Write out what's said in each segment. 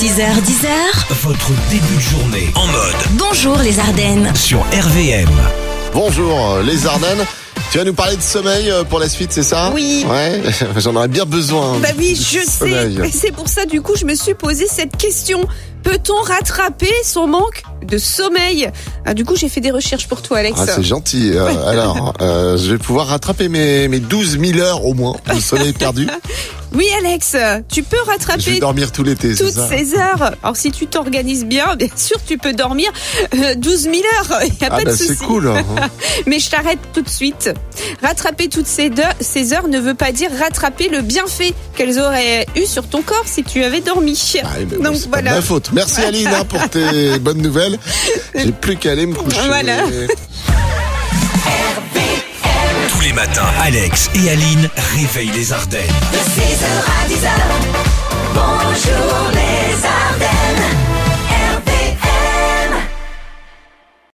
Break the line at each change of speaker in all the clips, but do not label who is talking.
6h10h,
Votre début de journée en mode
bonjour les Ardennes.
sur RVM.
Bonjour euh, les Ardennes. Tu vas nous parler de sommeil euh, pour la suite, c'est ça
Oui.
Ouais, j'en aurais bien besoin.
Bah oui, je sais.
Sommeil.
Et c'est pour ça, du coup, je me suis posé cette question. Peut-on rattraper son manque de sommeil Ah, Du coup, j'ai fait des recherches pour toi, Alex.
Ah, c'est gentil. Euh, alors, euh, je vais pouvoir rattraper mes, mes 12 000 heures au moins de sommeil perdu.
oui, Alex, tu peux
Je vais
rattraper
dormir tout l'été, c'est
toutes
ça
ces heures. Alors, si tu t'organises bien, bien sûr, tu peux dormir euh, 12 000 heures. Il n'y a
Ah
pas
bah
de souci.
c'est cool. hein.
Mais je t'arrête tout de suite. Rattraper toutes ces, deux- ces heures ne veut pas dire rattraper le bienfait qu'elles auraient eu sur ton corps si tu avais dormi.
Ah, mais bon, c'est pas de ma faute. Merci Aline hein, pour tes bonnes nouvelles. J'ai plus qu'à aller me coucher.
Voilà.
Tous les matins, Alex et Aline réveillent les Ardennes.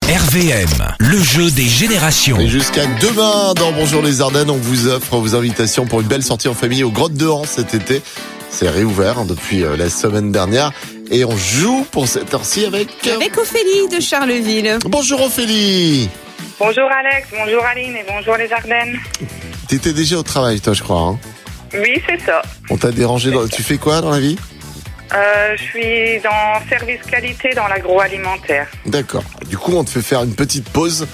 RVM, le jeu des générations.
Et jusqu'à demain dans Bonjour les Ardennes, on vous offre vos invitations pour une belle sortie en famille aux Grottes de Han cet été. C'est réouvert hein, depuis euh, la semaine dernière et on joue pour cette heure-ci avec... euh,
Avec Ophélie de Charleville.
Bonjour Ophélie
Bonjour Alex, bonjour Aline et bonjour les Ardennes.
T'étais déjà au travail toi je crois. hein
Oui, c'est ça.
on t'a dérangé. Dans... Tu fais quoi dans la vie
Euh, je suis dans service qualité dans l'agroalimentaire.
D'accord. Du coup on te fait faire une petite pause,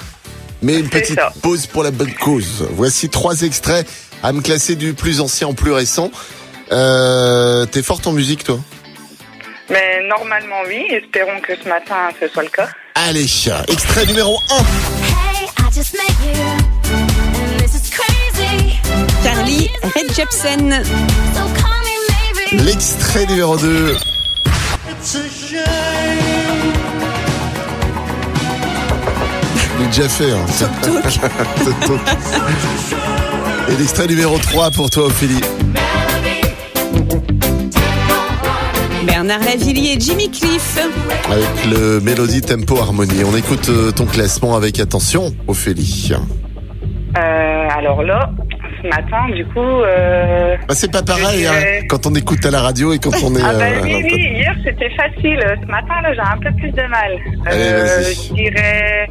mais une
C'est
petite
ça.
pause pour la bonne cause. Voici trois extraits à me classer du plus ancien au plus récent. Euh, T'es forte en musique toi
Mais normalement, oui, espérons que ce matin ce soit le cas.
Allez, extrait numéro 1
Hey, I just met you, and this is crazy.
Charlie Red Jepsen.
So call me maybe.
L'extrait numéro 2. Je l'ai déjà fait. Hein. Top talk. Et l'extrait numéro 3 pour toi, Ophélie.
Bernard Lavillier et Jimmy Cliff.
Avec le mélodie tempo harmonie. On écoute euh, ton classement avec attention, Ophélie.
Euh, alors là, ce matin, du coup, euh...
Bah, c'est pas pareil hein,
Ouais.
quand on écoute à la radio et quand on est.
ah bah
euh,
oui, oui, hier c'était facile. Ce matin là, j'ai un peu plus de mal. Euh,
Allez, vas-y.
je dirais,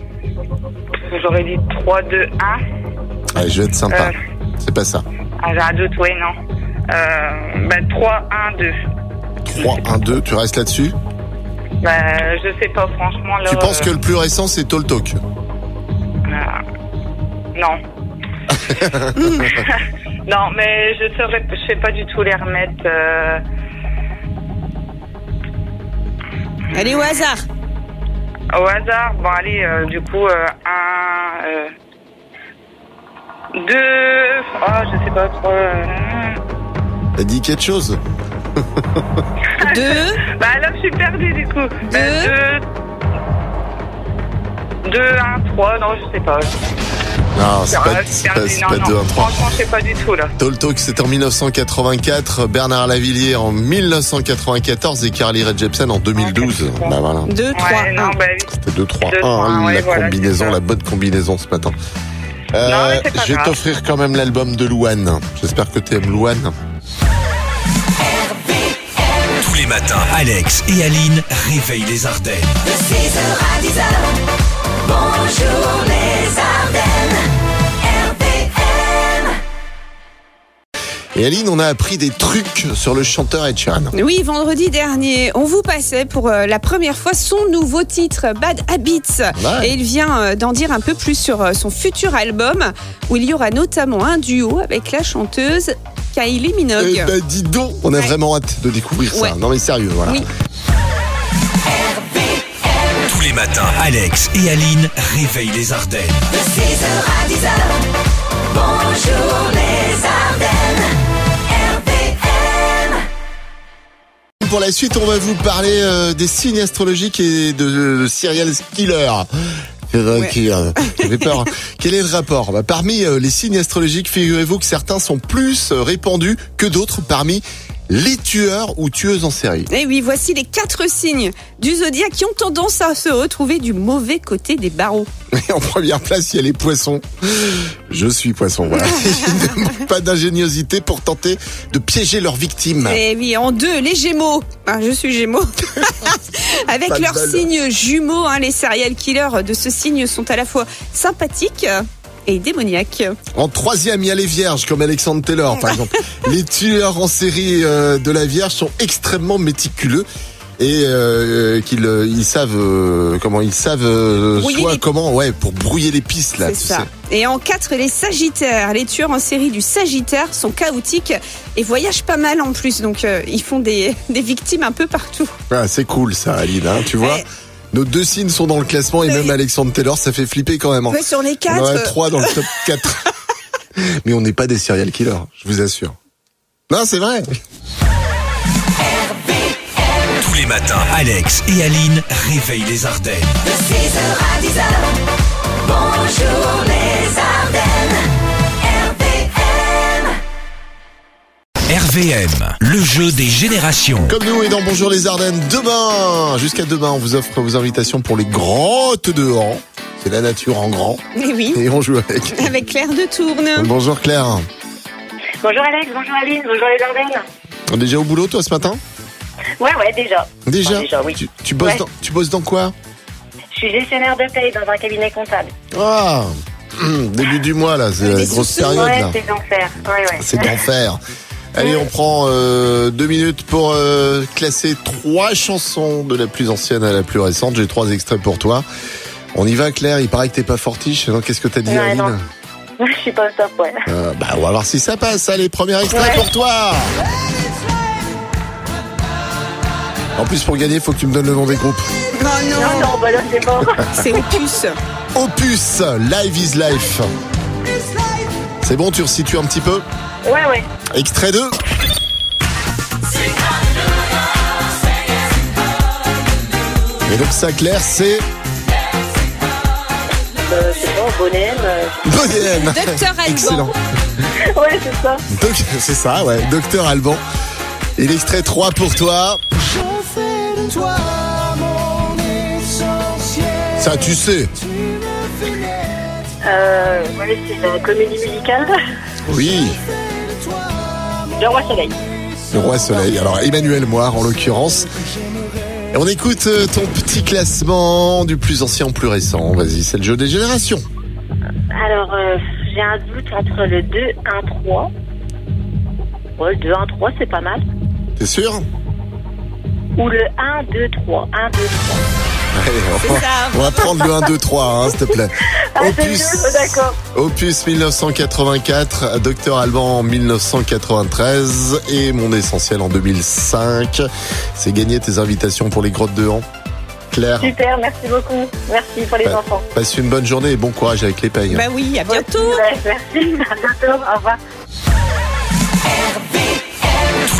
j'aurais dit 3, 2, 1.
Allez, je vais être sympa.
Euh.
C'est pas ça.
Ah, j'ai un doute, oui, non. Euh, bah, 3, 1, 2.
3, 1, 2, tu restes là-dessus.
Bah, je sais pas, franchement. Là,
Tu penses
euh,
que le plus récent, c'est Tall Talk
Euh, non. non, mais je saurais, je sais pas du tout les remettre. euh,
Allez au hasard.
au hasard, bon allez, euh, du coup, euh, un, euh, deux, oh, je sais pas trop. euh,
T'as dit quelque chose
Deux.
bah là, je suis perdue du coup. Bah, deux, deux, un, trois, non, je sais pas.
Non, c'est
Ah,
pas,
je suis
c'est pas,
perdue,
c'est
non,
pas
non.
2, 1, 3.
Franchement, je sais pas du tout là.
Tall Talk, c'était en 1984, Bernard Lavillier en 1994 et Carly Rae Jepsen en 2012.
Ah,
Bah voilà,
Deux, trois,
Ouais,
un.
non, bah oui.
c'était 2, 3,
Deux,
1,
trois,
hein,
ouais,
la
voilà,
combinaison,
c'est ça.
la bonne combinaison ce matin. Euh,
mais c'est pas
je vais
grave.
t'offrir quand même l'album de Louane. J'espère que t'aimes Louane.
Tous les matins, Alex et Aline réveillent les Ardennes.
Et Aline, on a appris des trucs sur le chanteur Ed Sheeran.
Oui, vendredi dernier, on vous passait pour euh, la première fois son nouveau titre, Bad Habits.
Ouais.
Et il vient euh, d'en dire un peu plus sur euh, son futur album, où il y aura notamment un duo avec la chanteuse Kylie Minogue.
Eh ben, dis donc, on a
Ouais.
vraiment hâte de découvrir ça.
Ouais.
Non mais sérieux, voilà.
Oui.
Tous les matins, Alex et Aline réveillent les Ardennes.
Pour la suite, on va vous parler euh, des signes astrologiques et de, de serial killer. Euh, qui, euh, j'avais peur. Quel est le rapport Bah, Parmi euh, les signes astrologiques, figurez-vous que certains sont plus euh, répandus que d'autres parmi les tueurs ou tueuses en série.
Et oui, voici les quatre signes du zodiaque qui ont tendance à se retrouver du mauvais côté des barreaux.
Et en première place, il y a les poissons. Je suis poisson, voilà. Ils ne manquent pas d'ingéniosité pour tenter de piéger leurs victimes.
Et Eh oui, en deux, les gémeaux. Enfin, je suis gémeaux. Avec
Pas de
leurs
bol.
signes jumeaux, hein, les serial killers de ce signe sont à la fois sympathiques et démoniaques.
En troisième, il y a les vierges, comme Alexandre Taylor, par exemple. les tueurs en série euh, de la vierge sont extrêmement méticuleux et euh, qu'ils euh, ils savent euh, comment ils savent euh,
Brouiller
soit
les-
comment ouais pour brouiller les pistes là
C'est
Ah, tu
ça. Et en quatre, les sagittaires. Les tueurs en série du sagittaire sont chaotiques et voyagent pas mal en plus. Donc, euh, ils font des, des victimes un peu partout.
sais. Ouais, Ah, c'est cool ça Aline hein, tu vois
Ouais.
nos deux signes sont dans le classement et
Mais-
même Alexandre Taylor ça fait flipper quand même hein.
Ouais, sur les
on
quatre,
en a
euh,
trois dans le top 4 mais on n'est pas des serial killers je vous assure non c'est vrai
Tous les matins, Alex et Aline réveillent les Ardennes.
De 6h à 10h, bonjour les Ardennes, RPM.
RVM, le jeu des générations.
Comme nous et dans Bonjour les Ardennes, demain, jusqu'à demain, on vous offre vos invitations pour les grottes de Han. C'est la nature en grand.
mais oui,
Et on joue avec.
avec Claire de Tourne.
Bonjour Claire.
Bonjour Alex, bonjour Aline, bonjour les Ardennes.
On est déjà au boulot toi ce matin
Ouais, ouais, déjà.
Déjà,
Enfin, déjà, oui.
tu, tu bosses
Ouais.
dans, tu bosses dans quoi
Je suis gestionnaire de paye dans un cabinet comptable.
Ah hum, Début du mois là, c'est la
Des
grosse
sous-sous,
période
ouais,
là.
c'est d'enfer. Ouais, ouais.
Ah, C'est d'enfer. Allez, on prend euh, deux minutes pour euh, classer trois chansons de la plus ancienne à la plus récente. J'ai trois extraits pour toi. On y va Claire, il paraît que t'es pas fortiche. Non, Qu'est-ce que t'as dit
Ouais,
Aline
non. Je suis pas au top, ouais.
Euh, bah, on va voir si ça passe. Allez, premier extrait
Ouais.
pour toi. En plus, pour gagner, faut que tu me donnes le nom des groupes.
Oh
Non,
non,
non, bah là, c'est mort.
c'est Opus.
Opus, Live is Life. C'est bon, tu resitues un petit peu.
Ouais, ouais.
Extrait 2. Et donc ça, Claire, c'est
Euh, c'est bon, bonnet.
Bonhème.
Dr. Alban.
Excellent.
Ouais, c'est ça.
Doc- C'est ça, ouais. Docteur Alban. Et l'extrait 3 pour toi. Ça, tu sais.
Euh, ouais, c'est la comédie musicale.
Oui.
Le roi soleil.
Le roi soleil. Alors Emmanuel Moire en l'occurrence. Et on écoute euh, ton petit classement du plus ancien au plus récent. Vas-y, c'est le jeu des générations.
Alors, euh, j'ai un doute entre le 2, 1, 3. Ouais, le 2, 1, 3, c'est pas mal.
T'es sûr
Ou le 1, 2, 3. 1, 2, 3.
Allez, on,
C'est
va,
ça.
on va prendre le 1, 2, 3, hein, s'il te plaît.
Ah,
Opus,
d'accord.
Opus 1984, Docteur Alban en 1993 et Mon Essentiel en 2005. C'est gagné tes invitations pour les grottes de Han. Claire,
Super, merci beaucoup. Merci pour les
Ouais.
enfants.
passe une bonne journée et bon courage avec les payes.
Bah oui, à bientôt.
Ouais, merci, à bientôt, au revoir.
Tous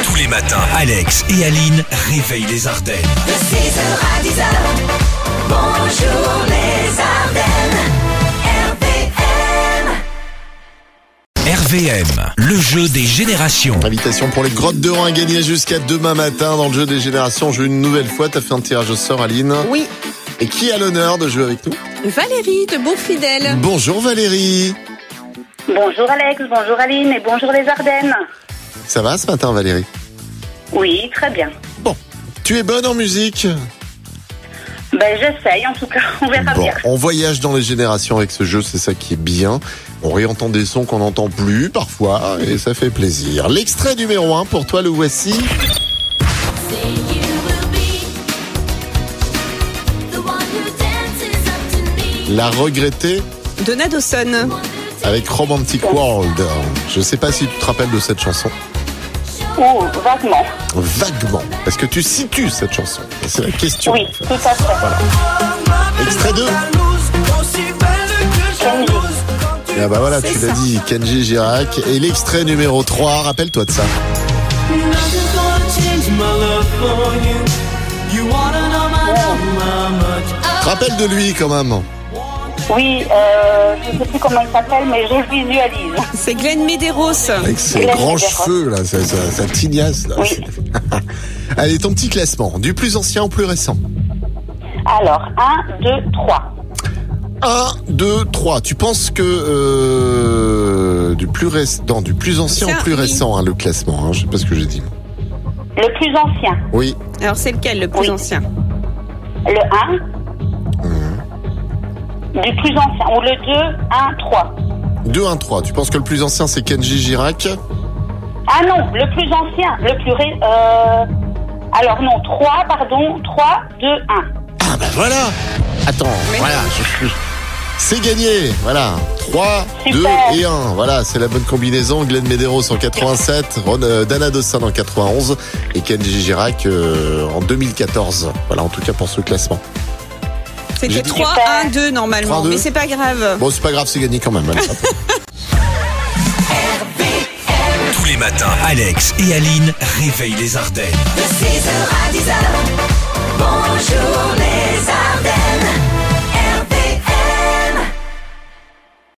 Tous les matins, Alex et Aline réveillent les Ardennes.
De 6h à 10h, bonjour les Ardennes, RPM.
RVM, le jeu des générations.
Invitation pour les grottes de Rhin à gagner jusqu'à demain matin dans le jeu des générations. Je joue une nouvelle fois. T'as fait un tirage au sort, Aline.
Oui.
Et qui a l'honneur de jouer avec nous
Valérie de Beaufidèle.
Bonjour Valérie.
Bonjour Alex, bonjour Aline et bonjour les Ardennes.
Ça va ce matin, Valérie
Oui, très bien.
Bon. Tu es bonne en musique
Ben, j'essaye en tout cas, on verra
Bon,
bien.
on voyage dans les générations avec ce jeu, c'est ça qui est bien. On réentend des sons qu'on n'entend plus parfois et ça fait plaisir. L'extrait numéro 1 pour toi, le voici.
Say you will be the one who dances up to me.
La regrettée
Donna Dawson.
avec Romantic World. Je sais pas si tu te rappelles de cette chanson.
Oh, vaguement.
Vaguement. Est-ce que tu situes cette chanson C'est la question.
Oui, tout à fait.
Extrait 2. Ah bah voilà, tu l'as dit, Kenji Girac. Et l'extrait numéro 3, rappelle-toi de ça. Rappelle de lui quand même.
Oui, euh, je ne sais plus comment il s'appelle, mais je visualise.
C'est Glenn Medeiros.
Avec ses
Il a
grands
fait des
cheveux, là, sa, sa- sa tignasse, là.
Oui.
Allez, ton petit classement, du plus ancien au plus récent.
Alors, 1, 2, 3.
1, 2, 3. Tu penses que euh, du plus réc- non, du plus ancien
Tiens,
au plus
oui.
récent, hein, le classement, hein, je sais pas ce que j'ai dit.
Le plus ancien,
Oui,
Alors c'est lequel le plus
Oui.
ancien
le 1. Du plus ancien, ou le 2, 1, 3.
2, 1, 3. Tu penses que le plus ancien, c'est Kenji Girac
Ah non, le plus ancien, le plus ré... Euh... Alors non, 3, pardon, 3, 2, 1.
Ah bah voilà Attends,
Mais
voilà, je- je- c'est gagné Voilà, 3,
Super.
2 et 1. Voilà, c'est la bonne combinaison. Glenn Medeiros en 87, Ron, euh, Dana Dossan en 91 et Kenji Girac euh, en 2014. Voilà, en tout cas pour ce classement. J'ai
C'était
dit-
3,
Super.
1, 2 normalement.
3, 2.
Mais c'est pas grave.
Bon, c'est pas grave, c'est gagné quand même. hein, Allez, hop.
Tous les matins, Alex et Aline réveillent les Ardennes.
De 6h à 10h, bonjour les Ardennes.